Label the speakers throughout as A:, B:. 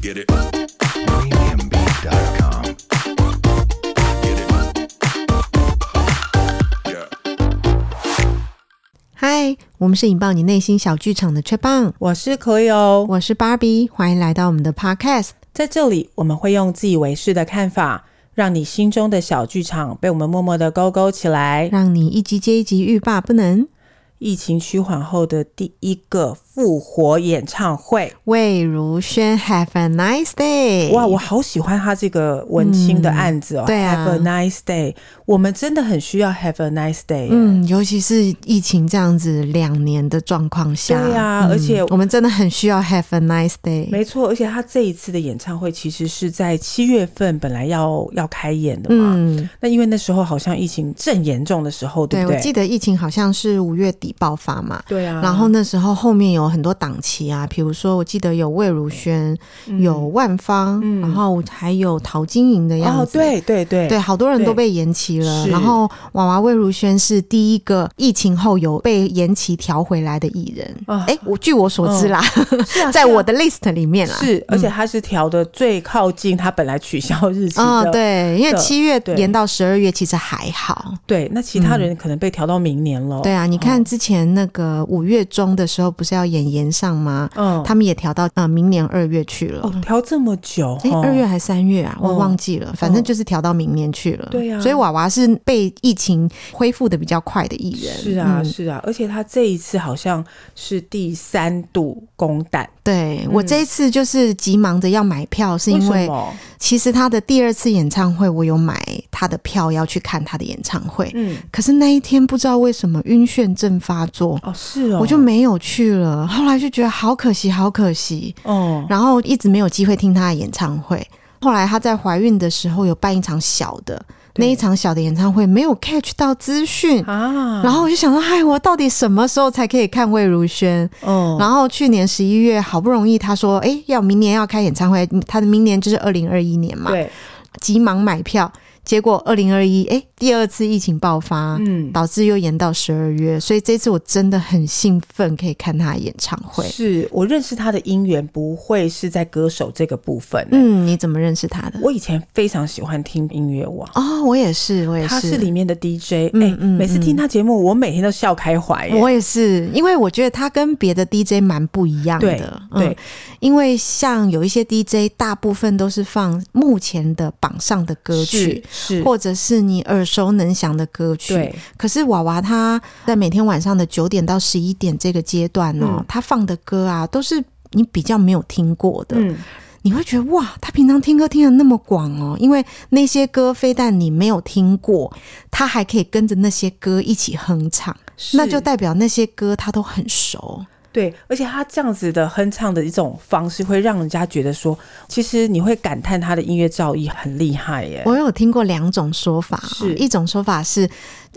A: Get it. Premiumbeat.com. Get it. Yeah.
B: 嗨，我们是引爆你内心小剧场的雀棒，
C: 我是 Cleo，
B: 我是芭比，欢迎来到我们的 Podcast。
C: 在这里我们会用自以为是的看法，让你心中的小剧场被我们默默的勾勾起来。
B: 让你一集接一集欲罢不能。
C: 疫情趋缓后的第一个复活演唱会，
B: 魏如萱，Have a nice day。
C: 哇，我好喜欢他这个文青的案子哦、
B: 对啊
C: h a v e a nice day，我们真的很需要 Have a nice day。
B: 嗯，尤其是疫情这样子两年的状况下，
C: 对啊
B: 嗯
C: 而且
B: 我们真的很需要 Have a nice day。
C: 没错，而且他这一次的演唱会其实是在七月份本来要要开演的嘛，
B: 嗯，
C: 那因为那时候好像疫情正严重的时候，
B: 对，
C: 不
B: 我
C: 对？
B: 记得疫情好像是五月底爆发嘛，
C: 对啊，
B: 然后那时候后面有很多档期啊，比如说我记得有魏如萱，有万芳，
C: 嗯
B: 然后还有陶晶莹的样
C: 哦，
B: 子。
C: 对对对
B: 对，好多人
C: 对
B: 都被延期了。
C: 是
B: 然后娃娃魏如萱是第一个疫情后有被延期调回来的艺人。哎、
C: 啊
B: 我据我所知啦，
C: 是 啊
B: 在
C: 是啊
B: 我的嗯 list 里面啦。
C: 是，而且它是调的最靠近它本来取消日期的。
B: 哦，对，因为
C: 的
B: 七月
C: 对
B: 延到十二月其实还好。
C: 对那其他人可能被调到明年了。
B: 嗯对啊，你看之前那个五月中的时候不是要演延上吗？
C: 嗯，
B: 他们也调到呃明年二月去了。
C: 哦调这么久，
B: 哎，
C: 哦
B: 二月还三月啊，我忘记了，反正就是调到明年去了。
C: 对啊
B: 所以娃娃是被疫情恢复的比较快的艺人。
C: 是啊、
B: 嗯
C: 是啊，而且他这一次好像是第三度公蛋，
B: 对我这一次就是急忙着要买票，是因
C: 嗯为
B: 为
C: 什么？
B: 其实他的第二次演唱会，我有买他的票要去看他的演唱会，
C: 嗯，
B: 可是那一天不知道为什么晕眩症发作，
C: 哦是哦，
B: 我就没有去了。后来就觉得好可惜，好可惜。
C: 哦
B: 然后一直没有机会听她的演唱会。后来她在怀孕的时候有办一场小的，那
C: 对
B: 一场小的演唱会没有 catch 到资讯，
C: 啊，
B: 然后我就想说，嗨，我到底什么时候才可以看魏如萱？
C: 哦
B: 然后去年十一月好不容易她说，哎，要明年要开演唱会，她的明年就是二零二一年嘛，
C: 对，
B: 急忙买票，结果二零二一，哎，第二次疫情爆发。
C: 嗯。
B: 导致又延到十二月，所以这次我真的很兴奋，可以看她的演唱会。
C: 是我认识他的姻缘不会是在歌手这个部分、欸
B: 嗯，你怎么认识她的？
C: 我以前非常喜欢听音乐网。
B: 哦，我也是，我也是，
C: 他是里面的 DJ，哎、
B: 嗯嗯
C: 每次听他节目，我每天都笑开怀耶。
B: 我也是，因为我觉得他跟别的 DJ 蛮不一样
C: 对
B: 的。嗯
C: 对，
B: 因为像有一些 DJ，大部分都是放目前的榜上的歌曲，
C: 是是
B: 或者是你耳熟能详的歌曲。
C: 对，
B: 可是娃娃他在每天晚上的九点到十一点这个阶段哦，
C: 嗯
B: 他放的歌啊，都是你比较没有听过的。
C: 嗯，
B: 你会觉得哇，他平常听歌听的那么广哦，因为那些歌非但你没有听过，他还可以跟着那些歌一起哼唱，
C: 是
B: 那就代表那些歌他都很熟。
C: 对，而且他这样子的哼唱的一种方式，会让人家觉得说，其实你会感叹他的音乐造诣很厉害耶。
B: 我有听过两种说法哦、
C: 是
B: 一种说法是，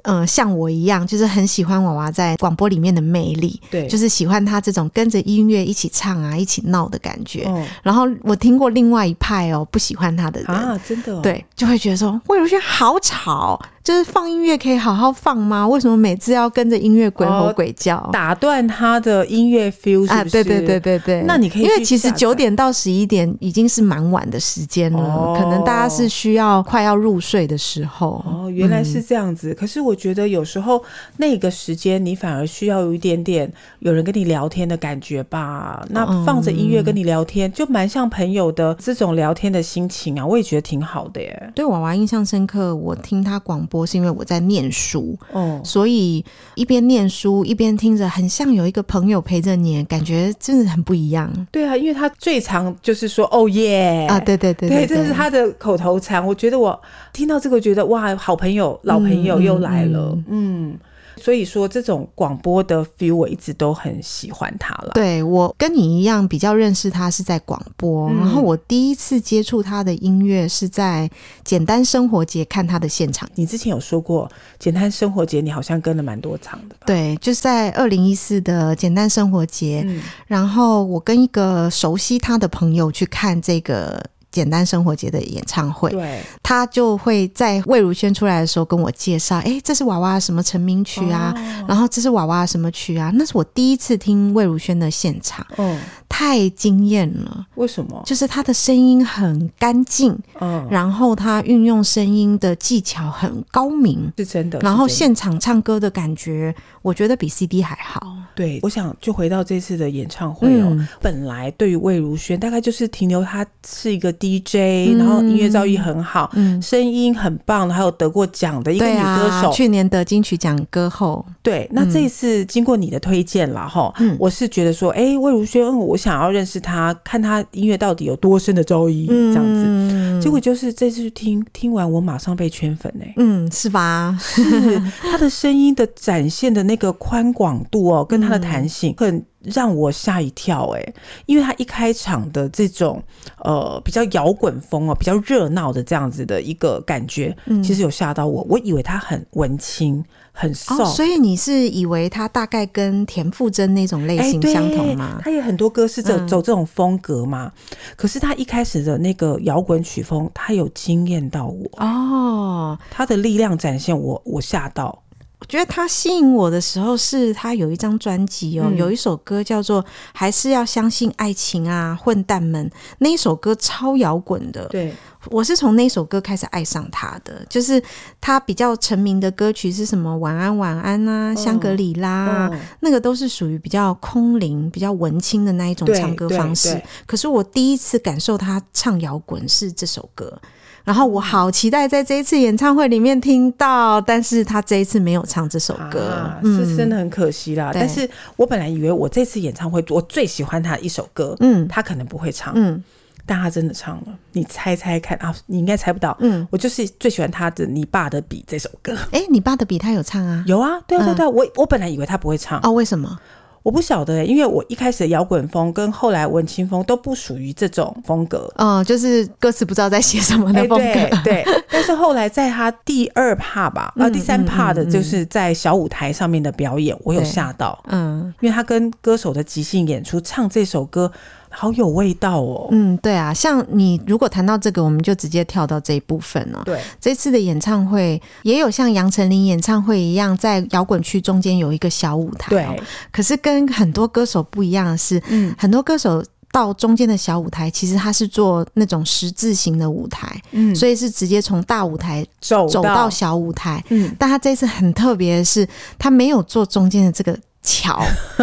B: 嗯、像我一样，就是很喜欢娃娃在广播里面的魅力，
C: 对，
B: 就是是喜欢他这种跟着音乐一起唱啊、一起闹的感觉。
C: 哦
B: 然后我听过另外一派哦，不喜欢他的人，
C: 啊，真的、哦，
B: 对，就会觉得说魏如萱好吵，就是放音乐可以好好放吗？为什么每次要跟着音乐鬼吼
C: 哦
B: 鬼叫？
C: 打断他的音乐 feel 是不是？
B: 啊，对对对对对，
C: 那你可以
B: 因为
C: 去
B: 其实
C: 下载
B: 九点到十一点已经是蛮晚的时间了，
C: 哦
B: 可能大家是需要快要入睡的时候。
C: 哦，原来是这样子。可是我觉得有时候那个时间，你反而需要有一点点有人跟你聊天的感觉吧。那放着音乐跟你聊天，就蛮像朋友的这种聊天的心情啊，我也觉得挺好的耶。
B: 对娃娃印象深刻，我听他广播是因为我在念书，
C: 哦，
B: 所以一边念书一边听着，很像有一个朋友陪着你，感觉真的很不一样
C: 对啊，因为他最常就是说“哦耶”
B: 啊！对对对
C: 对，
B: 对，
C: 这是他的口头禅。我觉得我听到这个，觉得哇，好朋友、老朋友又来了，嗯。所以说，这种广播的 feel 我一直都很喜欢他了。
B: 对我跟你一样，比较认识他是在广播，
C: 嗯
B: 然后我第一次接触他的音乐是在简单生活节看他的现场。
C: 你之前有说过，简单生活节你好像跟了蛮多场的吧？
B: 对，就是在二零一四的简单生活节，
C: 嗯，
B: 然后我跟一个熟悉他的朋友去看这个简单生活节的演唱会，
C: 对，
B: 他就会在魏如萱出来的时候跟我介绍，哎，这是娃娃什么成名曲
C: 哦
B: 啊，然后这是娃娃什么曲啊，那是我第一次听魏如萱的现场，
C: 嗯，
B: 太惊艳了，
C: 为什么？
B: 就是她的声音很干净，
C: 嗯，
B: 然后她运用声音的技巧很高明。
C: 是真的。
B: 然后
C: 是真的
B: 现场唱歌的感觉，我觉得比 CD 还好。
C: 对，我想就回到这次的演唱哦会哦。
B: 嗯
C: 本来对于魏如萱，大概就是停留她是一个 DJ，、然后音乐造诣很好，
B: 嗯，
C: 声音很棒，还有得过奖的一个
B: 对
C: 女歌
B: 啊，
C: 手。
B: 去年得金曲奖歌后，
C: 对，那这一次经过你的推荐了哈，
B: 嗯
C: 我是觉得说，哎、魏如萱，嗯我想要认识她，看她音乐到底有多深的造诣，这样子。
B: 子
C: 结果就是这次听听完，我马上被圈粉 哎、
B: 嗯，是吧？
C: 是她的声音的展现的那个宽广度哦，跟她的弹
B: 嗯
C: 性，很让我吓一跳哎、因为她一开场的这种呃比较摇滚风哦，比较热闹的这样子的一个感觉，
B: 嗯
C: 其实有吓到我，我以为她很文青，很瘦。
B: 哦，所以你是以为他大概跟田馥甄那种类
C: 哎，
B: 型
C: 对
B: 相同吗？
C: 他也很多歌是走
B: 嗯
C: 走这种风格嘛，可是他一开始的那个摇滚曲风，他有惊艳到我，
B: 哦，
C: 他的力量展现我，我吓到。
B: 我觉得他吸引我的时候是他有一张专辑哦，
C: 嗯
B: 有一首歌叫做《还是要相信爱情啊，混蛋们》，那一首歌超摇滚的，
C: 对，
B: 我是从那首歌开始爱上他的，就是他比较成名的歌曲是什么《晚安晚安》啊，香格里拉》啊，
C: 嗯
B: 那个都是属于比较空灵、比较文青的那一种
C: 对
B: 唱歌方
C: 对
B: 式
C: 对。
B: 可是我第一次感受他唱摇滚是这首歌，然后我好期待在这一次演唱会里面听到，但是他这一次没有唱这首歌，
C: 啊，
B: 嗯，
C: 是真的很可惜啦。
B: 对
C: 但是我本来以为我这次演唱会，我最喜欢他一首歌，
B: 嗯
C: 他可能不会唱，
B: 嗯
C: 但他真的唱了。你猜猜看啊？你应该猜不到。
B: 嗯，
C: 我就是最喜欢他的《你爸的笔》这首歌。
B: 哎、你爸的比他有唱啊？
C: 有啊，对啊，对啊对啊，我我本来以为他不会唱，
B: 哦，为什么？
C: 我不晓得、欸，因为我一开始的摇滚风跟后来文青风都不属于这种风格。
B: 哦、就是歌词不知道在写什么的
C: 哎
B: 风格。嗯
C: 对对，但是后来在他第二 趴吧，呃，第三趴的就是在小舞台上面的表演，我有
B: 对
C: 吓到，
B: 嗯，
C: 因为他跟歌手的即兴演出唱这首歌，好有味道哦。
B: 嗯，对啊，像你如果谈到这个，我们就直接跳到这一部分了。
C: 对，
B: 这次的演唱会也有像杨丞琳演唱会一样，在摇滚区中间有一个小舞台、哦。
C: 对，
B: 可是跟很多歌手不一样的是，
C: 嗯
B: 很多歌手到中间的小舞台，其实他是做那种十字形的舞台，
C: 嗯，
B: 所以是直接从大舞台
C: 走
B: 走到小舞台。
C: 嗯，
B: 但他这次很特别的是，他没有做中间的这个 桥，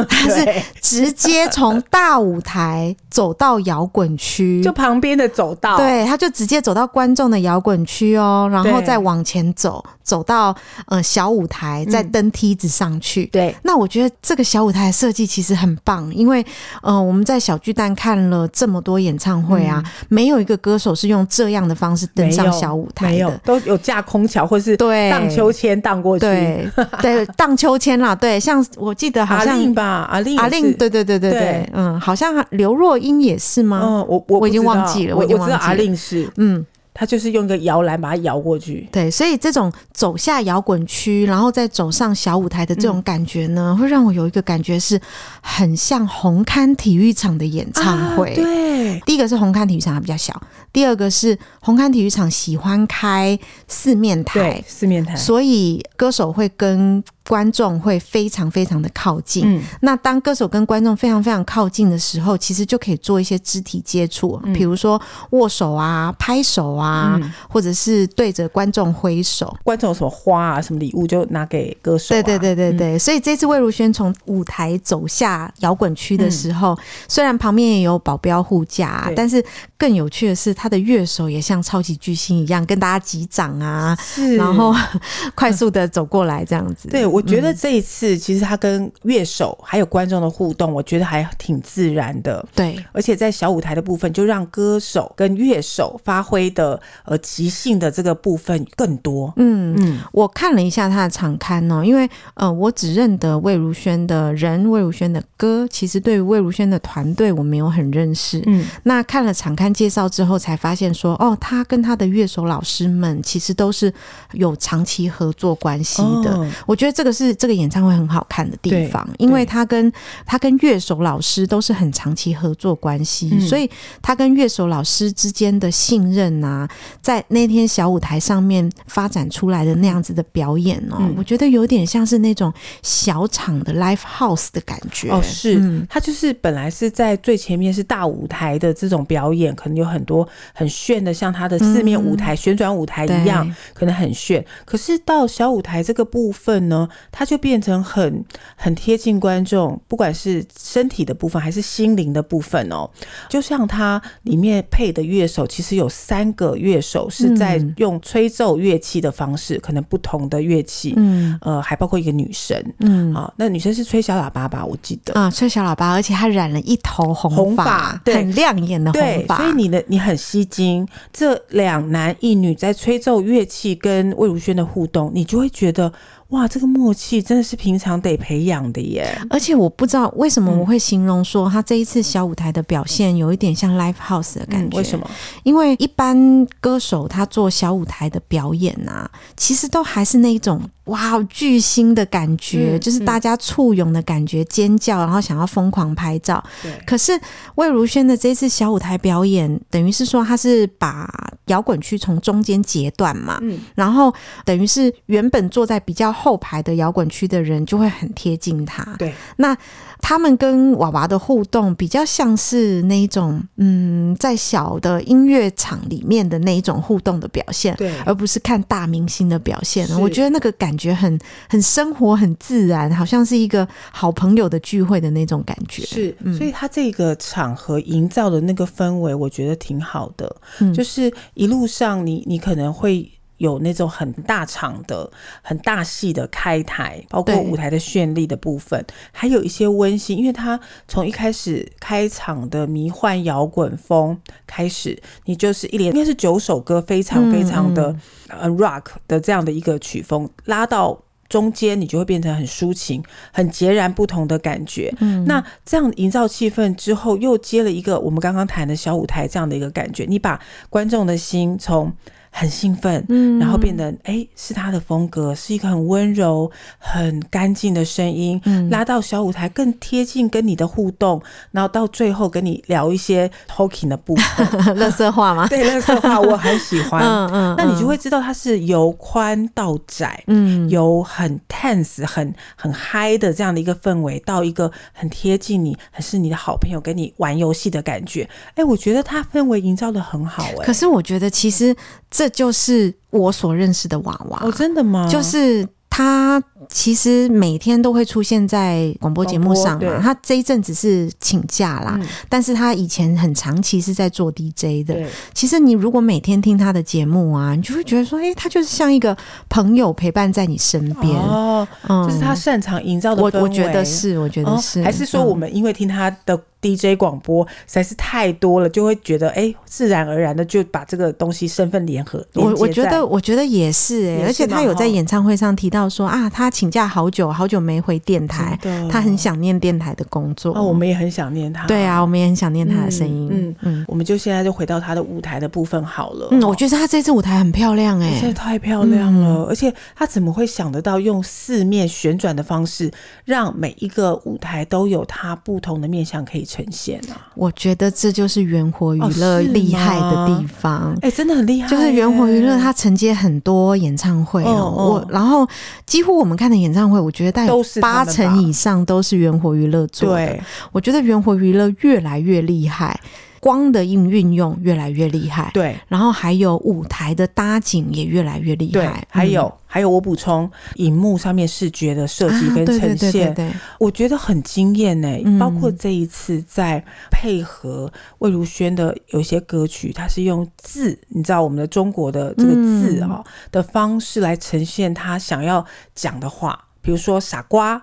B: 他是
C: 对
B: 直接从大舞台走到摇滚 区，
C: 就旁边的走道，，
B: 对，他就直接走到观众的摇滚区哦，然后
C: 对嗯
B: 再往前走，走到呃小舞台，再登梯子上去。
C: 对，
B: 那我觉得这个小舞台的设计其实很棒，因为呃我们在小巨蛋看了这么多演唱会啊，
C: 嗯
B: 没有一个歌手是用这样的方式登
C: 没
B: 上
C: 有
B: 小舞台
C: 没有
B: 的。
C: 都有架空桥或是
B: 对
C: 荡秋千荡过去，
B: 对对，荡秋千啦，对，像我记得好
C: 阿
B: 像
C: 令吧，阿令也是，
B: 阿令，对对对对对，
C: 对
B: 嗯，好像刘若英也是吗？
C: 嗯，我我
B: 我已
C: 不
B: 经
C: 知
B: 忘
C: 道
B: 记了
C: 我
B: 我已经
C: 我知道
B: 忘记
C: 阿
B: 了
C: 令是，
B: 嗯，
C: 他就是用一个摇篮把它摇过去。
B: 对，所以这种走下摇滚区，然后再走上小舞台的这种感觉呢，
C: 嗯
B: 会让我有一个感觉是很像红磡体育场的演唱会。
C: 啊对，
B: 第一个是红磡体育场它比较小，第二个是红磡体育场喜欢开四面台
C: 对，，四面台，
B: 所以歌手会跟观众会非常非常的靠近。
C: 嗯，
B: 那当歌手跟观众非常非常靠近的时候，其实就可以做一些肢体接触，
C: 嗯
B: 比如说握手啊、拍手啊，或者是对着观众挥手。
C: 观众有什么花啊，什么礼物就拿给歌手、啊
B: 对对，对对对，
C: 嗯
B: 所以这次魏如萱从舞台走下摇滚区的时候，虽然旁边也有保镖护驾
C: 嗯对，
B: 但是更有趣的是，她的乐手也像超级巨星一样跟大家击掌啊，
C: 是。
B: 然后 快速的走过来这样子。
C: 对，我觉得这一次其实他跟乐手还有观众的互动，我觉得还挺自然的。
B: 对，
C: 而且在小舞台的部分，就让歌手跟乐手发挥的呃即兴的这个部分更多。
B: 嗯。
C: 嗯，
B: 我看了一下他的场刊哦，因为呃，我只认得魏如萱的人、魏如萱的歌，其实对于魏如萱的团队我没有很认识。
C: 嗯，
B: 那看了场刊介绍之后，才发现说，哦，他跟他的乐手老师们其实都是有长期合作关系的。
C: 哦
B: 我觉得这个是这个演唱会很好看的地方，
C: 对
B: 因为他跟他跟乐手老师都是很长期合作关系，
C: 嗯
B: 所以他跟乐手老师之间的信任啊，在那天小舞台上面发展出来的那样子的表演哦，
C: 嗯
B: 我觉得有点像是那种小场的 live house 的感觉
C: 哦，是、
B: 嗯
C: 他就是本来是在最前面是大舞台的这种表演，可能有很多很炫的，像他的四面舞台、旋转舞台一样
B: 嗯对，
C: 可能很炫。可是到小舞台这个部分呢，它就变成很很贴近观众，不管是身体的部分还是心灵的部分哦。就像它里面配的乐手，其实有三个乐手是在
B: 嗯
C: 用吹奏乐器的方式，可能不同的乐器，
B: 嗯
C: 呃，还包括一个女生。
B: 嗯
C: 啊，那女生是吹小喇叭吧？我记得。
B: 啊，吹小喇叭，而且他染了一头
C: 红
B: 红
C: 发对
B: 很亮眼的
C: 对
B: 红，发，
C: 所以你的你很吸睛。这两男一女在吹奏乐器跟魏如萱的互动，你就会觉得哇，这个默契真的是平常得培养的耶。
B: 而且我不知道为什
C: 嗯
B: 么我会形容说他这一次小舞台的表现有一点像 live house 的感觉。
C: 嗯为什？么？
B: 因为一般歌手他做小舞台的表演啊，其实都还是那一种哇巨星的感觉，
C: 嗯
B: 就是大家簇拥的感觉，尖叫，然后想要疯狂拍照。
C: 对
B: 可是魏如萱的这次小舞台表演，等于是说她是把摇滚区从中间截断嘛，
C: 嗯
B: 然后等于是原本坐在比较后排的摇滚区的人就会很贴近她，
C: 对，
B: 那他们跟娃娃的互动比较像是那一种，嗯，在小的音乐场里面的那一种互动的表现，
C: 对
B: 而不是看大明星的表现
C: 是。
B: 我觉得那个感觉很很生活、很自然，好像是一个好朋友的聚会的那种感觉。
C: 是，
B: 嗯
C: 所以他这个场合营造的那个氛围，我觉得挺好的。
B: 嗯
C: 就是一路上你你可能会。有那种很大场的、很大戏的开台，包括
B: 对
C: 舞台的绚丽的部分，还有一些温馨，因为它从一开始开场的迷幻摇滚风开始，你就是一连应该是九首歌，非常
B: 嗯
C: 非常的、
B: 嗯
C: 呃 rock 的这样的一个曲风，拉到中间，你就会变成很抒情、很截然不同的感觉。
B: 嗯
C: 那这样营造气氛之后，又接了一个我们刚刚谈的小舞台这样的一个感觉，你把观众的心从很兴奋，
B: 嗯
C: 然后变得哎、诶是他的风格，是一个很温柔、很干净的声音，
B: 嗯
C: 拉到小舞台更贴近跟你的互动，然后到最后跟你聊一些 talking 的部分。
B: 乐色话吗？
C: 对，那个话我很喜欢。
B: 嗯嗯，
C: 那你就会知道它是由宽到窄，
B: 嗯
C: 由很 tense、很很嗨的这样的一个氛围，到一个很贴近你、很是你的好朋友跟你玩游戏的感觉。哎、我觉得它氛围营造的很好、哎，
B: 可是我觉得其实这就是我所认识的娃娃。
C: 哦，真的吗？
B: 就是他其实每天都会出现在广播节目上
C: 广播
B: 嘛
C: 对。
B: 他这一阵子是请假啦，
C: 嗯
B: 但是他以前很长期是在做 DJ 的。
C: 对
B: 其实你如果每天听他的节目啊，你就会觉得说，诶，他就是像一个朋友陪伴在你身边。
C: 哦，
B: 嗯，
C: 这是他擅长营造的
B: 我
C: 氛围。
B: 我觉得是，我觉得
C: 哦
B: 是，
C: 还是说我
B: 嗯
C: 们因为听他的 DJ 广播实在是太多了，就会觉得哎、自然而然的就把这个东西身份联合。
B: 我
C: 连接
B: 我觉
C: 在
B: 得，我觉得也是哎、
C: 也是
B: 而且
C: 嘛
B: 他有在
C: 哈
B: 演唱会上提到说啊，他请假好久，好久没回电台，
C: 真的
B: 他很想念电台的工作。
C: 嗯哦，我们也很想念他。
B: 对啊，我们也很想念他的声音。
C: 嗯
B: 嗯嗯
C: 我们就现在就回到他的舞台的部分好了。哦
B: 嗯，我觉得他这次舞台很漂亮哎、嗯
C: 真的太漂亮了，而且他怎么会想得到用四面旋转的方式，让每一个舞台都有它不同的面向可以呈现呢、啊？
B: 我觉得这就是圆活娱乐
C: 哦是吗
B: 厉害的地方。
C: 哎、真的很厉害耶、
B: 就是圆活娱乐，它承接很多演唱会哦
C: 嗯。嗯
B: 我然后几乎我们看的演唱会，我觉得大概
C: 都是他们吧
B: 八成以上都是圆活娱乐做的。
C: 对，
B: 我觉得圆活娱乐越来越厉害，光的运运用越来越厉害，
C: 对。
B: 然后还有舞台的搭景也越来越厉
C: 对
B: 害，，
C: 还有、
B: 嗯
C: 还有，我补充，荧幕上面视觉的设计
B: 啊
C: 跟
B: 对
C: 呈
B: 对对
C: 现，
B: 对对
C: 我觉得很惊艳呢。
B: 嗯
C: 包括这一次在配合魏如萱的有些歌曲，它是用字，你知道我们的中国的这个字啊、
B: 嗯
C: 哦的方式来呈现她想要讲的话，比如说傻瓜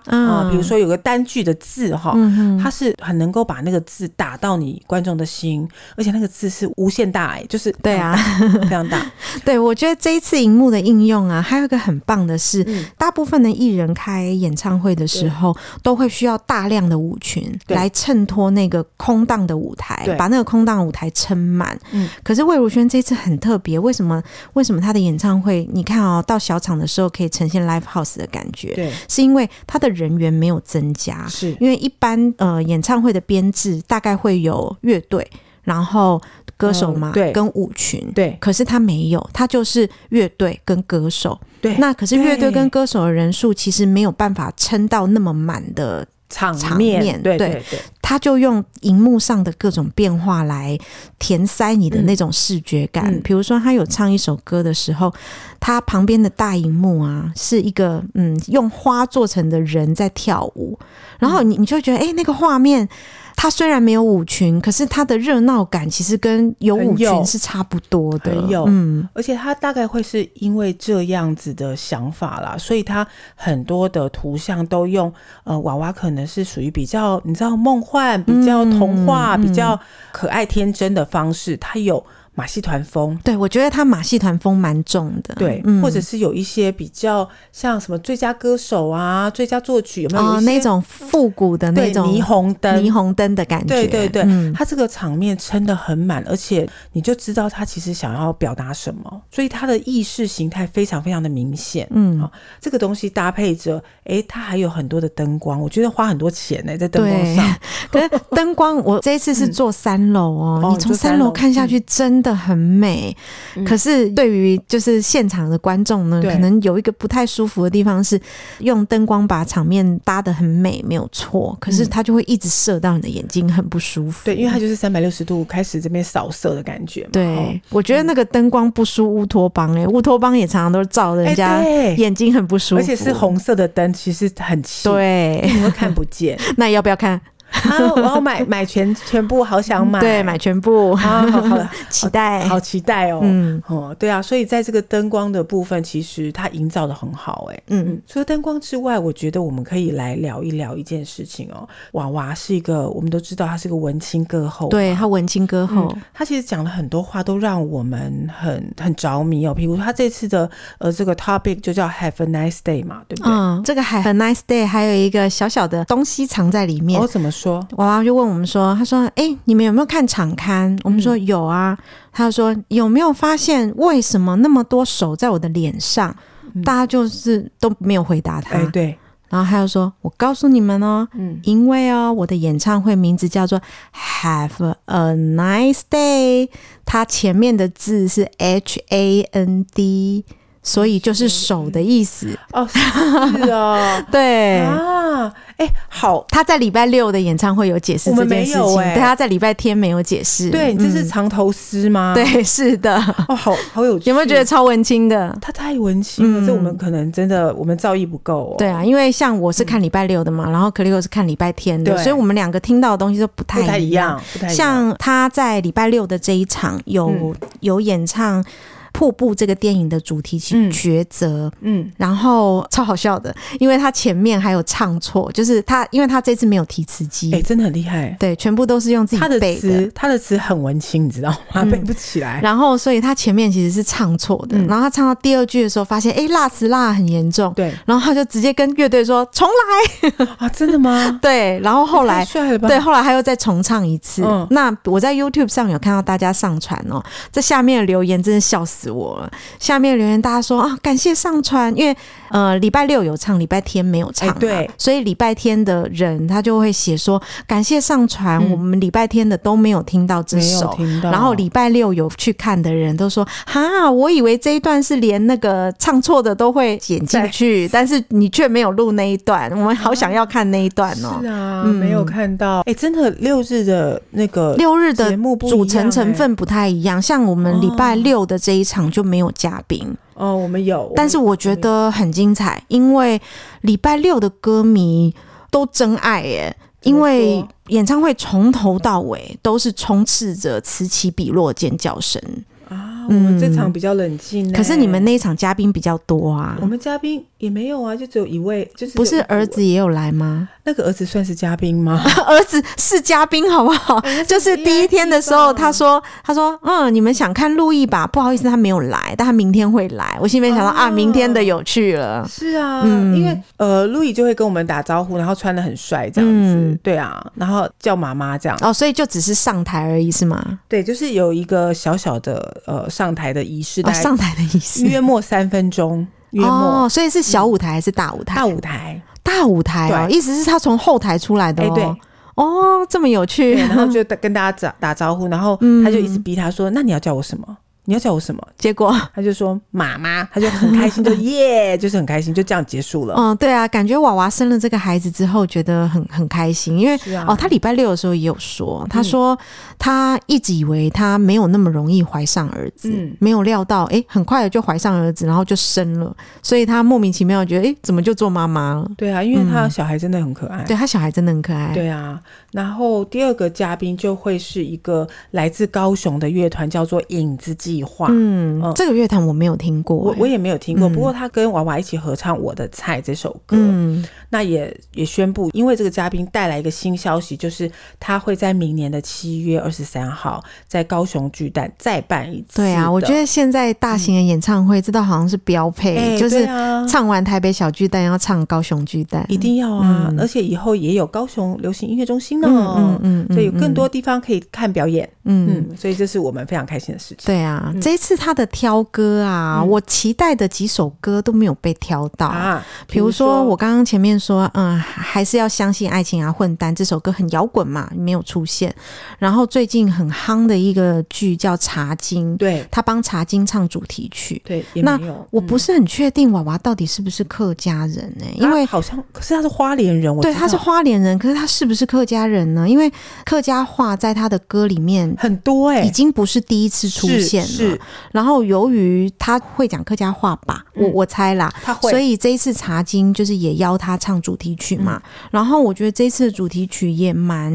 B: 嗯
C: 啊、比如说有个单句的字哈、
B: 嗯哼
C: 它是很能够把那个字打到你观众的心，而且那个字是无限大哎、就是
B: 对啊，
C: 非常 大，
B: 对，我觉得这一次荧幕的应用啊，还有一个很棒的是，
C: 嗯
B: 大部分的艺人开演唱会的时候，都会需要大量的舞群
C: 对
B: 来衬托那个空荡的舞台
C: 对，
B: 把那个空荡的舞台撑满。
C: 嗯
B: 可是魏如萱这次很特别，为什么？为什么她的演唱会，你看哦，到小场的时候可以呈现 live house 的感觉，
C: 对对
B: 是因为他的人员没有增加，
C: 是
B: 啊因为一般呃演唱会的编制大概会有乐队，然后歌手嘛，
C: 嗯对
B: 跟舞群，
C: 对
B: 可是他没有，他就是乐队跟歌手。
C: 对
B: 那可是乐队
C: 对
B: 跟歌手的人数其实没有办法撑到那么满的，
C: 场
B: 场
C: 面，
B: 面
C: 对
B: 对
C: 对对，
B: 他就用荧幕上的各种变化来填塞你的那种视觉感。
C: 嗯
B: 比如说，他有唱一首歌的时候，他旁边的大荧幕啊是一个嗯用花做成的人在跳舞，然后
C: 嗯
B: 你你就觉得哎、诶那个画面。它虽然没有舞群，可是它的热闹感其实跟有舞
C: 很有
B: 群是差不多的。
C: 很有
B: 嗯，
C: 而且他大概会是因为这样子的想法啦，所以他很多的图像都用呃娃娃可能是属于比较你知道梦幻、比较童话、
B: 嗯
C: 比较可爱天真的方式，他有马戏团风。
B: 对，我觉得他马戏团风蛮重的。
C: 对，
B: 嗯
C: 或者是有一些比较像什么最佳歌手啊、最佳作曲有没有？
B: 哦
C: 有一些
B: 那种复古的那
C: 对
B: 种
C: 霓虹灯、
B: 霓虹灯的感觉。
C: 对对对，
B: 嗯
C: 他这个场面撑得很满，而且你就知道他其实想要表达什么，所以他的意识形态非常非常的明显。
B: 嗯
C: 好这个东西搭配着，诶，他还有很多的灯光，我觉得花很多钱呢、在灯光
B: 对
C: 上。，
B: 可是灯光，我这一次是坐三楼哦，
C: 嗯哦
B: 你从
C: 你坐三
B: 三楼
C: 楼嗯
B: 看下去真的很美。可是对于就是现场的观众呢，
C: 对
B: 可能有一个不太舒服的地方是，用灯光把场面搭得很美，没有错，可是它就会一直射到你的眼睛，很不舒服。
C: 嗯对，因为它就是三百六十度开始这边扫射的感觉嘛。
B: 对，我觉得
C: 嗯
B: 那个灯光不输乌托邦哎、乌托邦也常常都照得
C: 哎
B: 人家
C: 对
B: 眼睛很不舒
C: 哦，
B: 服，
C: 而且是。红色的灯，其实很奇，
B: 对，
C: 你会看不 见。
B: 那要不要看？
C: 啊，我要买买全全部，好想买。
B: 对，买全部，
C: 啊，好好
B: 期待。
C: 好期待哦。
B: 嗯
C: 哦，对啊，所以在这个灯光的部分，其实它营造的很好、哎，
B: 嗯，
C: 除了灯光之外，我觉得我们可以来聊一聊一件事情哦。娃娃是一个，我们都知道他是个文青歌后，，
B: 对他文青歌后，
C: 他其实讲了很多话，都让我们很很着迷哦。比如他这次的呃这个 topic 就叫 Have a nice day 嘛，对不对？
B: 嗯，这个还很 nice day，还有一个小小的东西藏在里面
C: 我、。哦怎么说？
B: 娃娃就问我们说：“他说，哎、你们有没有看场刊？”我们说：“
C: 嗯
B: 有啊。他就说：“有没有发现为什么那么多手在我的脸上？”大家就是都没有回答他。
C: 嗯哎，对，
B: 然后他就说：“我告诉你们哦，
C: 嗯
B: 因为哦，我的演唱会名字叫做 Have a Nice Day，它前面的字是 H A N D，所以就是手的意思。
C: 哦，是哦，
B: 啊 对，
C: 啊，哎，好
B: 他在礼拜六的演唱会有解释
C: 我
B: 这
C: 们
B: 件
C: 没
B: 事
C: 有
B: 情，
C: 欸
B: 对，他在礼拜天没有解释。
C: 对，你这是
B: 嗯
C: 藏头诗吗？，
B: 对，是的，
C: 哦，好好有趣，
B: 有没有觉得超文青的？
C: 他太文青了？
B: 嗯
C: 这我们可能真的我们造诣不够哦。
B: 对啊，因为像我是看礼拜六的嘛，然后克里 o 是看礼拜天的，
C: 对
B: 所以我们两个听到的东西都不
C: 不太
B: 太
C: 一
B: 一样。
C: 样，不太一样。
B: 像他在礼拜六的这一场有、
C: 嗯
B: 有演唱《瀑布》这个电影的主题曲
C: 嗯
B: 《抉择》
C: 嗯，
B: 然后超好笑的，因为他前面还有唱错，就是他，因为他这次没有提词机，
C: 哎、真的很厉害。
B: 对，全部都是用自己
C: 他的
B: 背
C: 词，他的词很文青，你知道吗？
B: 嗯
C: 背不起来。
B: 然后，所以他前面其实是唱错的，
C: 嗯
B: 然后他唱到第二句的时候，发现哎，诶辣词辣得很严重，
C: 对
B: 然后他就直接跟乐队说重来，
C: 啊，真的吗？
B: 对，然后 后
C: 太
B: 来。
C: 帅了吧？
B: 对，后来他又再重唱一次。
C: 嗯
B: 那我在 YouTube 上有看到大家上传哦，这下面的留言真是笑死我了。下面的留言大家说啊，感谢上传，因为呃礼拜六有唱，礼拜天没有唱、啊
C: 哎对
B: 所以礼拜天的人他就会写说感谢上传，
C: 嗯
B: 我们礼拜天的都没有听到这
C: 没有
B: 首，
C: 听到。
B: 然后礼拜六有去看的人都说：“哈，我以为这一段是连那个唱错的都会剪进去，但是你却没有录那一段，我们好想要看那一段哦
C: 是。啊，
B: 嗯
C: 没有看到。哎、真的六日的那个”
B: 六日的
C: 节目不一样哎欸
B: 组成成分不太一样，像我们礼拜六的这一场就没有嘉宾，
C: 哦，我们有，
B: 但是我觉得很精彩，因为礼拜六的歌迷都真爱耶。
C: 怎
B: 因
C: 么说
B: 为演唱会从头到尾都是充斥着此起彼落的尖叫声，
C: 我们啊，我们
B: 嗯
C: 这场比较冷静、哎
B: 可是你们，那一场嘉宾比较多啊
C: 我。们嘉宾也没有啊，就只有一位，就是
B: 不
C: 只
B: 是
C: 有一
B: 儿子也有来 吗？
C: 那个儿子算是嘉宾吗？
B: 儿子是嘉宾，好不好？就是第一天的时候，
C: VIP 吧
B: 他说：“他说，嗯，你们想看陆毅吧？不好意思，他没有来，但他明天会来。”我心里面想到、
C: 哦
B: 啊，明天的有趣了。
C: 是啊，
B: 嗯
C: 因为呃，路易就会跟我们打招呼，然后穿的很帅这样子，
B: 嗯
C: 对啊，然后叫妈妈这样，
B: 哦，所以就只是上台而已，是吗？
C: 对，就是有一个小小的呃上台的仪式，
B: 哦，
C: 大概
B: 上台的意思。
C: 约莫三分钟，约莫
B: 哦，所以是小舞台还是大舞台？
C: 大舞台，
B: 大舞台哦，
C: 嗯对
B: 意思是他从后台出来的
C: 哎
B: 哦。
C: 对
B: 哦，这么有趣
C: 对，。然后就跟大家打打招呼，然后
B: 嗯
C: 他就一直逼他说：“那你要叫我什么？你要叫我什么
B: 结果，？”
C: 他就说：“妈妈。”他就很开 心，就耶，就是很开心，就这样结束了。
B: 嗯，对啊，感觉娃娃生了这个孩子之后，觉得很很开心，因为、
C: 是啊
B: 哦，他礼拜六的时候也有
C: 嗯
B: 说，他说他一直以为他没有那么容易怀上儿子，
C: 嗯
B: 没有料到诶，很快的就怀上儿子，然后就生了，所以他莫名其妙地觉得诶，怎么就做妈妈了？
C: 对啊，因为
B: 嗯
C: 他小孩真的很可爱。
B: 对他小孩真的很可爱，
C: 对啊，然后第二个嘉宾就会是一个来自高雄的乐团，叫做影子计划。
B: 嗯，
C: 嗯
B: 这个乐坛我没有听过、
C: 我
B: 诶
C: 我也没有听过，
B: 嗯
C: 不过他跟娃娃一起合唱《我的菜》这首歌，
B: 嗯
C: 那也也宣布，因为这个嘉宾带来一个新消息，就是他会在明年的七月二十三号在高雄巨蛋再办一次的。
B: 对啊，我觉得现在大型的演唱会，这都好像是标配，
C: 哎
B: 就
C: 对
B: 是
C: 啊
B: 唱完台北小巨蛋要唱高雄巨蛋，
C: 一定要啊，而且以后也有高雄流行音乐中心呢，
B: 嗯嗯嗯
C: 哦所以有更多地方可以看表演。
B: 嗯。
C: 嗯，所以这是我们非常开心的事情。
B: 对啊，这一次他的挑歌啊，我期待的几首歌都没有被挑到。
C: 嗯啊，
B: 比如说，我刚刚前面说，嗯，还是要相信爱情啊，混蛋这首歌很摇滚嘛，没有出现。然后最近很夯的一个剧叫《茶经》，
C: 对
B: 他帮《茶经》唱主题曲。
C: 对也
B: 那
C: 没有，
B: 我不是很确定娃娃到底是不是客家人呢、
C: 嗯啊
B: 因为
C: 好像可是他是花莲人，我
B: 对
C: 知
B: 他是
C: 道
B: 花莲人，可是他是不是客家人呢？因为客家话在他的歌里面
C: 很多哎、
B: 已经不是第一次出
C: 是
B: 现了。
C: 是
B: 然后由于他会讲客家话吧，
C: 嗯
B: 我我猜啦，
C: 他会，
B: 所以这一次茶经就是也邀他唱主题曲嘛。然后我觉得这一次的主题曲也蛮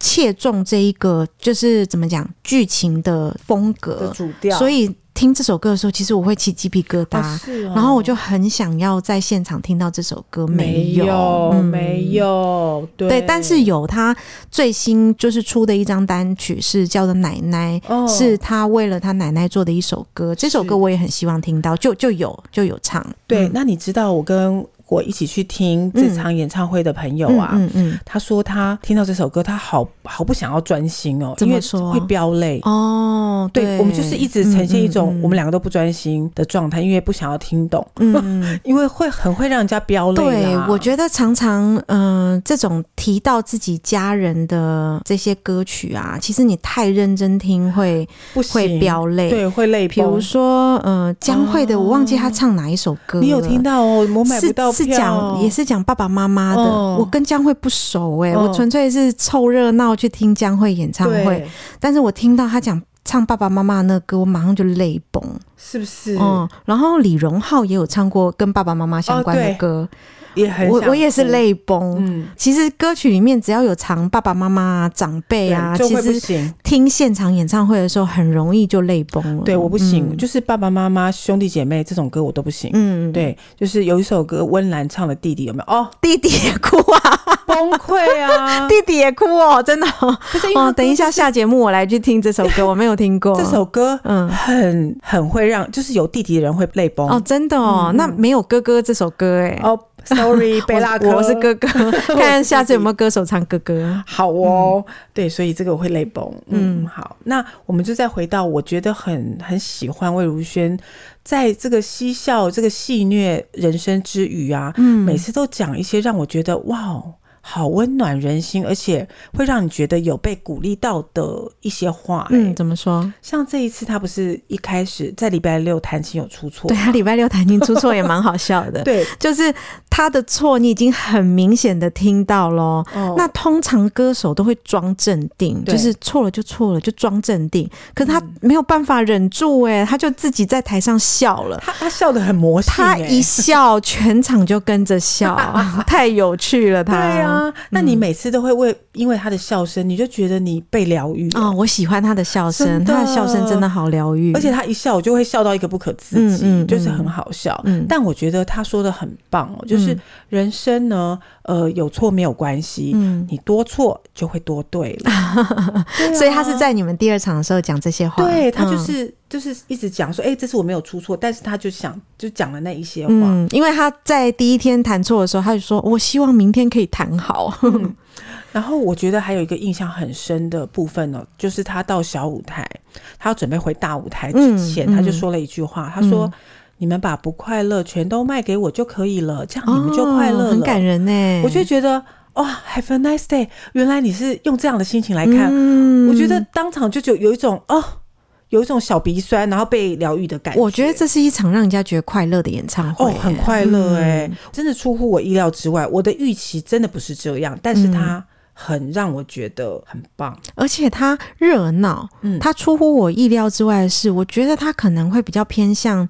B: 切中这一个，就是怎么讲剧情的风
C: 的
B: 格，
C: 主调，
B: 所
C: 以、
B: 以听这首歌的时候，其实我会起鸡皮疙瘩。
C: 啊、是哦
B: 然后我就很想要在现场听到这首歌，
C: 没
B: 有，嗯
C: 没有，对
B: 对，但是有他最新就是出的一张单曲是叫做《奶奶》，
C: 哦
B: 是他为了他奶奶做的一首歌，这首歌我也很希望听到，就就有就有唱，
C: 对，
B: 嗯
C: 那你知道我跟我一起去听这场演唱会的朋友啊。
B: 嗯嗯
C: 他说他听到这首歌，他好好不想要专心哦，
B: 怎么
C: 因为
B: 说
C: 会飙泪。
B: 嗯，哦，嗯
C: 对我们就是一直呈现一种我们
B: 俩，
C: 两个都不专心的状态，因为不想要听懂，
B: 嗯嗯 嗯
C: 因为会很会让人家飙泪啊
B: 对
C: 啦。，
B: 我觉得常常，嗯、这种提到自己家人的这些歌曲啊，其实你太认真听会
C: 不行
B: 会，飙泪。，
C: 对，会泪崩。
B: 比如说，呃，江蕙的，我忘记她唱哪一首歌了，
C: 你有听到哦，我买不到票，
B: 是是讲也是讲爸爸妈妈的。
C: 嗯
B: 我跟江蕙不熟哎、
C: 嗯
B: 我纯粹是凑热闹去听江蕙演唱会，
C: 对，
B: 但是我听到他讲。唱爸爸妈妈那歌，我马上就泪崩。
C: 是不是？
B: 嗯，然后李荣浩也有唱过跟爸爸妈妈相关
C: 哦
B: 的
C: 对
B: 歌，
C: 也很
B: 我
C: 想
B: 我也是
C: 哭，
B: 泪崩。
C: 嗯，
B: 其实歌曲里面只要有藏爸爸妈妈啊、长辈
C: 对
B: 啊，
C: 就
B: 其
C: 会不
B: 实
C: 行。
B: 听现场演唱会的时候很容易就泪崩了。
C: 对，我不行，
B: 嗯
C: 就是爸爸妈妈、兄弟姐妹这种歌我都不行。
B: 嗯，
C: 对，就是有一首歌温岚唱的《弟弟》，有没 有？哦，
B: 弟弟也哭啊，！
C: 崩溃啊
B: 弟弟也哭哦，真的哦、
C: 不是因为他
B: 哦，等一下下节目我来去听 这首歌，我没有听过
C: 这首歌，
B: 嗯
C: 嗯，很很会让，就是有弟弟的人会泪崩。
B: 哦，真的哦，那没有哥哥这首歌哎，
C: 哦，sorry，贝 拉
B: 我
C: 克
B: 我是哥哥， 看下次有没有歌手唱哥哥。
C: 好哦，对，所以这个我会泪崩。嗯，好，那我们就再回到，我觉得很很喜欢魏如萱在这个嬉笑、这个戏谑人生之余啊，嗯，每次都讲一些让我觉得哇哦。好温暖人心，而且会让你觉得有被鼓励到的一些话、
B: 嗯，
C: 嗯，
B: 怎么说？
C: 像这一次他不是一开始在礼拜六弹琴有出错，
B: 对啊他礼拜六弹琴出错也蛮好笑的，
C: 对，
B: 就是他的错你已经很明显的听到咯。
C: 哦
B: 那通常歌手都会装镇定，
C: 对嗯
B: 就是错了就错了，就装镇定。可是他没有办法忍住、哎、他就自己在台上笑了。
C: 他他笑得很魔性、
B: 他
C: 欸，
B: 一笑，全场就跟着 笑，太有趣了他。
C: 对啊，那
B: 嗯
C: 你每次都会为、因为他的笑声，你就觉得你被疗愈了
B: 啊、我喜欢他的笑声，
C: 真的
B: 他的笑声真的好疗愈，
C: 而且他一笑，我就会笑到一个不可自己，
B: 嗯嗯嗯
C: 就是很好笑。
B: 嗯
C: 但我觉得他说的很棒哦，就是人生呢，呃，有错没有关系，
B: 嗯
C: 你多错就会多对了。 对啊
B: 所以他是在你们第二场的时候讲这些话，
C: 对他就
B: 嗯。
C: 是、就是一直讲说，哎、这次我没有出错，但是他就想就讲了那一些话。
B: 嗯，因为他在第一天弹错的时候，他就说：“我希望明天可以弹 好。
C: 然后我觉得还有一个印象很深的部分呢，就是他到小舞台，他要准备回大舞台之前，
B: 嗯嗯嗯
C: 他就说了一句话，他说。你们把不快乐全都卖给我就可以了，这样你们就快乐了。
B: 哦很感人呢。
C: 我就觉得哇、h a v e a nice day！原来你是用这样的心情来看，
B: 嗯
C: 我觉得当场就就有一种哦，有一种小鼻酸，然后被疗愈的感觉。
B: 我觉得这是一场让人家觉得快乐的演唱
C: 哦
B: 会，，嗯
C: 很快乐哎、真的出乎我意料之外。我的预期真的不是这样，但
B: 嗯
C: 是它很让我觉得很棒。
B: 而且它热闹，
C: 嗯
B: 它出乎我意料之外的是，我觉得它可能会比较偏向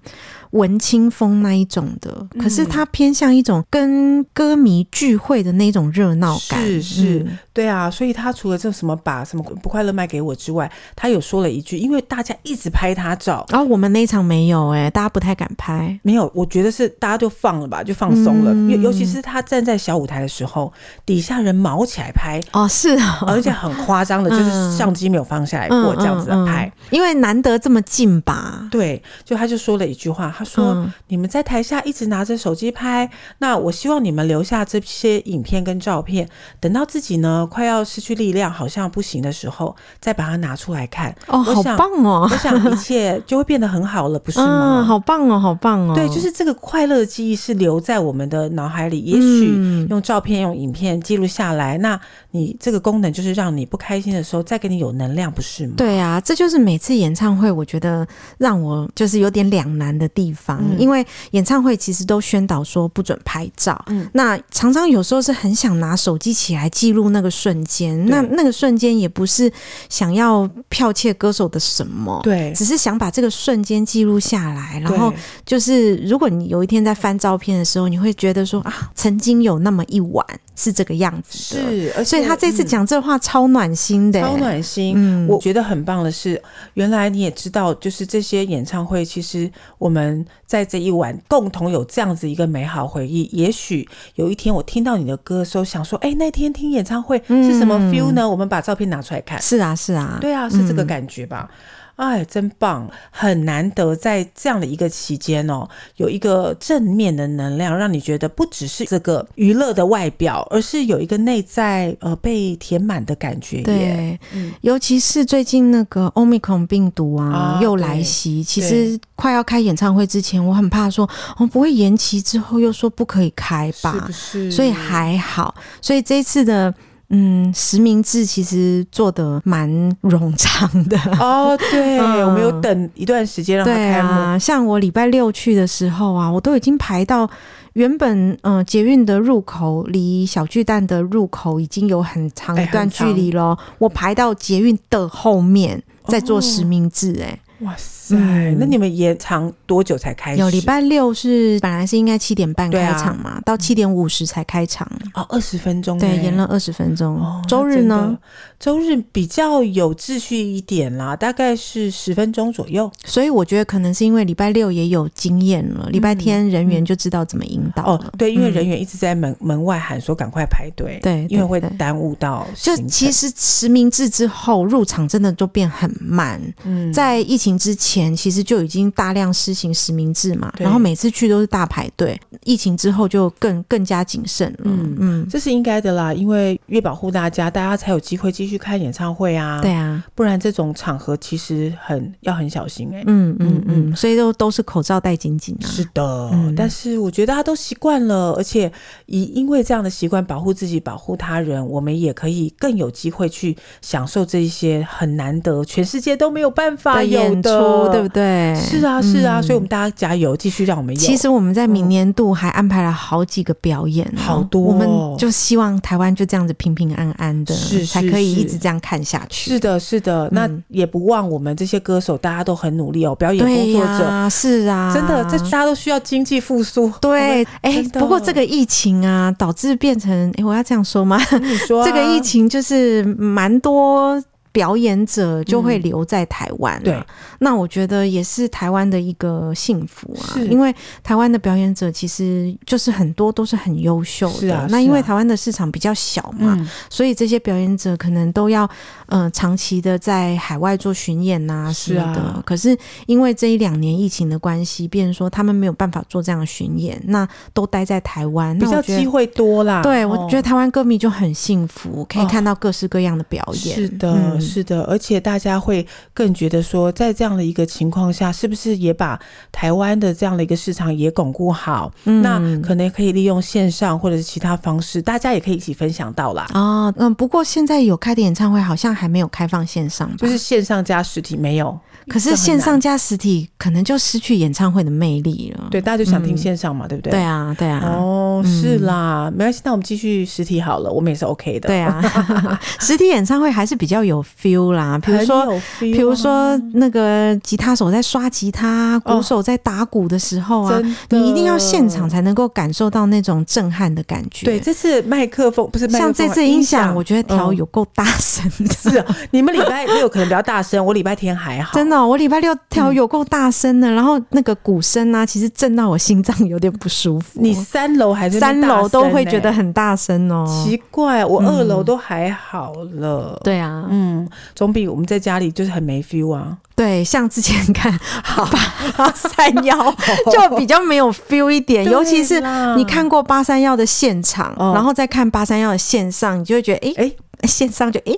B: 文青风那一种的，
C: 嗯
B: 可是它偏向一种跟歌迷聚会的那种热闹感，
C: 是是
B: 嗯
C: 对啊，所以他除了这什么把什么不快乐卖给我之外，他有说了一句，因为大家一直拍他照，
B: 然后、哦我们那一场没有哎、大家不太敢拍，
C: 没有，我觉得是大家就放了吧，就放松了。
B: 嗯
C: 尤、尤其是他站在小舞台的时候，底下人毛起来拍，
B: 哦，是 哦，
C: 而且很夸张的，就是
B: 嗯
C: 相机没有放下来
B: 嗯
C: 过这样子的拍。
B: 嗯嗯因为难得这么近吧。
C: 对，就他就说了一句话，他说：“
B: 嗯
C: 你们在台下一直拿着手机拍，那我希望你们留下这些影片跟照片，等到自己呢快要失去力量，好像不行的时候，再把它拿出来 看。
B: 哦，
C: 我
B: 好
C: 想
B: 棒哦
C: 我！想一切就会变得很好了，不是
B: 嗯，
C: 吗？
B: 好棒哦，好棒哦！
C: 对，就是这个快乐的记忆是留在我们的脑海里，也许
B: 嗯
C: 用照片、用影片记录下来。那你这个功能就是让你不开心的时候再给你有能量，不是吗？
B: 对啊，这就是每次演唱会，我觉得让我就是有点两难的地方，
C: 嗯
B: 因为演唱会其实都宣导说不准拍照，
C: 嗯
B: 那常常有时候是很想拿手机起来记录那个瞬间，那那个瞬间也不是想要剽窃歌手的什么，
C: 对
B: 只是想把这个瞬间记录下来，然后
C: 对
B: 就是如果你有一天在翻照片的时候，你会觉得说啊，曾经有那么一晚是这个样子的，
C: 是，而且
B: 所以他这次
C: 嗯
B: 讲这话超暖心的、
C: 超暖心。
B: 嗯
C: 我觉得很棒的是，原来你也知道，就是这些演唱会，其实我们在这一晚共同有这样子一个美好回忆。也许有一天我听到你的歌的时候，想说，哎、那天听演唱会是什么 feel 呢？我们把照片拿出来看，
B: 是啊，是啊，
C: 对啊，是这个
B: 嗯
C: 感觉吧。哎，真棒！很难得在这样的一个期间哦，有一个正面的能量，让你觉得不只是这个娱乐的外表，而是有一个内在呃被填满的感觉耶。嗯
B: 对，尤其是最近那个 Omicron 病毒啊
C: 啊
B: 又来袭，其实快要开演唱会之前，我很怕说哦不会延期，之后又说不可以开
C: 是
B: 吧
C: 不，是？
B: 所以还好，所以这一次的。嗯，实名制其实做的蛮冗长的，
C: 哦，对，
B: 嗯
C: 我们有等一段时间让它
B: 对
C: 开幕。
B: 啊，像我礼拜六去的时候啊，我都已经排到原本嗯、呃捷运的入口离小巨蛋的入口已经有很长
C: 哎
B: 一段
C: 很
B: 距
C: 长
B: 离咯，我排到捷运的后面再做
C: 哦
B: 实名制、哎、
C: 哇塞，
B: 嗯
C: 那你们延长多久才开始？
B: 有礼拜六是本来是应该七点半
C: 哦对
B: 开
C: 啊
B: 场嘛，到七点五十才开场，
C: 哦，二十分钟
B: 对，
C: 耶
B: 延了。二十分钟。
C: 哦
B: 周日？
C: 那真
B: 呢
C: 的，周日比较有秩序一点啦，大概是十分钟左右。
B: 所以我觉得可能是因为礼拜六也有经验了，礼拜天人员就知道怎么引导了。
C: 嗯哦，对，因为
B: 嗯
C: 人员一直在门、门外喊说赶快排队，
B: 对
C: 因为
B: 对
C: 会
B: 对
C: 耽误到
B: 就
C: 行程。
B: 其实实名制之后入场真的就变很慢，
C: 嗯
B: 在疫情之前其实就已经大量施行实名制嘛，
C: 对
B: 然后每次去都是大排队，疫情之后就更更加谨慎了。嗯
C: 嗯这是应该的啦，因为越保护大家，大家才有机会继续看演唱会啊。
B: 对，啊，
C: 不然这种场合其实很要很小心哎、
B: 嗯嗯
C: 嗯
B: 嗯，所以都都是口罩戴紧紧啊。
C: 是的，
B: 嗯
C: 但是我觉得大家都习惯了，而且以因为这样的习惯保护自己、保护他人，我们也可以更有机会去享受这一些很难得、全世界都没有办法
B: 的
C: 有
B: 演
C: 的
B: 出，对不？对？
C: 是啊，是啊，
B: 嗯
C: 所以我们大家加油，继续让我们有。
B: 其实我们在明年度还安排了好几个表演哦、
C: 好多哦
B: 我们就希望台湾就这样子平平安安的，
C: 是是
B: 才可以
C: 是
B: 一直这样看下去。
C: 是的，是的，那也不忘我们这些歌手，大家都很努力哦，表演
B: 对
C: 工作
B: 呀、
C: 者。
B: 是啊，
C: 真的，这大家都需要经济复苏。
B: 对，哎、
C: 真的
B: 不过这个疫情啊，导致变成，哎、我要这样说吗？
C: 我 跟你说啊、
B: 这个疫情就是蛮多表演者就会留在台湾、啊
C: 对，
B: 那我觉得也是台湾的一个幸福啊，
C: 是
B: 因为台湾的表演者其实就是很多都是很优秀的，
C: 是啊
B: 那
C: 是
B: 因为
C: 啊
B: 台湾的市场比较小嘛，
C: 嗯，
B: 所以这些表演者可能都要呃长期的在海外做巡演呐、什
C: 是
B: 么
C: 啊
B: 的。可是因为这一两年疫情的关系，变成说他们没有办法做这样的巡演，那都待在台湾，
C: 比
B: 那
C: 较
B: 我觉
C: 机
B: 得。
C: 会多啦。
B: 对，我
C: 哦
B: 觉得台湾歌迷就很幸福，可以
C: 哦
B: 看到各式各样的表演。
C: 是的，
B: 嗯
C: 的，是的，而且大家会更觉得说，在这样的一个情况下，是不是也把台湾的这样的一个市场也巩固好？
B: 嗯
C: 那可能可以利用线上或者是其他方式，大家也可以一起分享到啦。
B: 哦，嗯，不过现在有开的演唱会好像还没有开放线上吧，
C: 就是线上加实体没有，
B: 可
C: 这
B: 是
C: 很难
B: 线上加实体可能就失去演唱会的魅力了。
C: 对大家就想听线上嘛，对不
B: 嗯
C: 对？
B: 对啊，对啊。
C: 哦，是啦，没关系，那我们继续实体好了，我们也是 OK 的。
B: 对啊， 实体演唱会还是比较有 feel 啦。比如说，
C: 很有 feel 啊，
B: 比如说那个吉他手在刷吉他，
C: 哦
B: 鼓手在打鼓的时候啊，
C: 真的，
B: 你一定要现场才能够感受到那种震撼的感觉。
C: 对，这次麦克风不是麦克
B: 像
C: 风
B: 这次
C: 音
B: 音响，我觉得调
C: 嗯
B: 有够大声的。
C: 是哦， 你们礼拜六可能比较大声，我礼拜天还好。
B: 真的哦、我礼拜六调有够大声的，然后那个鼓声啊，其实震到我心脏有点不舒服。
C: 你三楼还是那
B: 三
C: 边大
B: 楼都
C: 声
B: 会
C: 欸
B: 觉得很大声哦。
C: 奇怪，我二楼都还好了。
B: 对啊，
C: 嗯，总比我们在家里就是很没 feel 啊。
B: 对，像之前 看好吧，三幺 就比较没有 feel 一点，尤其是
C: 对嗯啦
B: 你看过八三幺的现场，
C: 哦
B: 然后再看八三幺的线上，你就会觉得哎
C: 哎
B: 线上就哎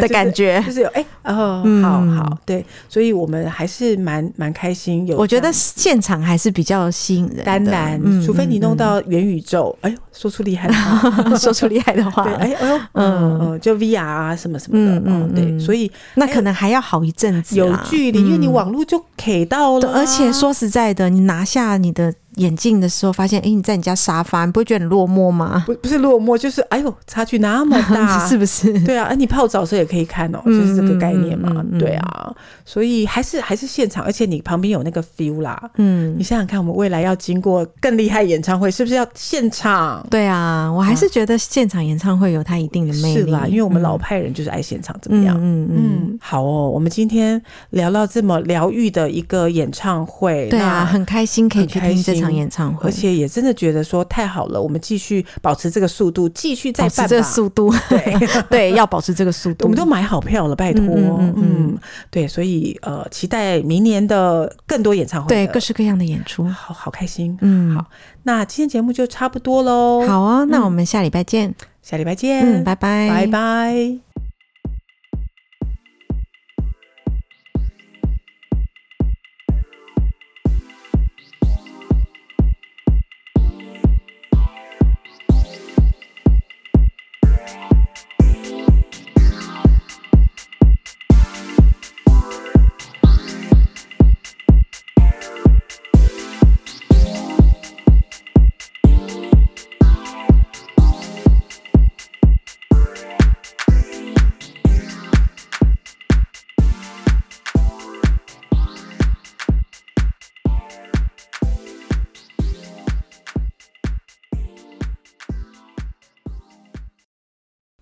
B: 的感觉
C: 就是就是有哎哦，
B: 嗯
C: 好好对，所以我们还是蛮蛮开心。有
B: 我觉
C: 这
B: 得
C: 样
B: 现场还是比较吸 引人的，
C: 当然，除非你弄到元宇宙，哎呦，说出厉害的话。
B: 嗯说出厉害的话
C: 对，，哎哎呦，嗯嗯，就 VR 啊什么什么的，
B: 嗯嗯
C: 嗯，对，
B: 嗯
C: 所以
B: 那可能还要好一阵子
C: 有
B: 啦
C: 距离，因为你网络就 K 到
B: 嗯对
C: 了啊，
B: 而且说实在的，你拿下你的眼镜的时候，发现哎、诶你在你家沙发，你不会觉得很落寞吗？
C: 不不是落寞，就是哎呦，差距那么 大，
B: 是不是？嗯
C: 对啊，哎，你泡澡的时候也可以看哦，就是这个概念嘛
B: 嗯嗯嗯，嗯
C: 对啊，所以还是还是现场，而且你旁边有那个 feel 啦。
B: 嗯
C: 你，想想看，我们未来要经过更厉害演唱会，是不是要现场？
B: 对啊，我还是觉得现场演唱会有它一定的魅力。
C: 是啦，因为我们老
B: 嗯
C: 派人就是爱现场，怎么样？
B: 嗯嗯嗯，
C: 嗯，好哦，我们今天聊到这么疗愈的一个演唱会，
B: 对啊，
C: 那
B: 很开心可以
C: 很
B: 去
C: 开
B: 听这场
C: 心
B: 演唱会
C: 而，且也真的觉得说太好了，我们继续保持这个速度，继续再
B: 保持
C: 办
B: 这个
C: 吧。
B: 速 度，
C: 对，
B: 对，要保持这个速度。
C: 我们都买好票了，拜托。
B: 嗯嗯嗯嗯
C: 对，所以呃，期待明年的更多演唱会
B: 对
C: 的。
B: 各式各样的演出。
C: 好好开心。
B: 嗯，哦
C: 好那今天节目就差不多喽，，
B: 好啊，那我们下礼拜见。
C: 下礼拜见，
B: 嗯，拜拜，
C: 拜拜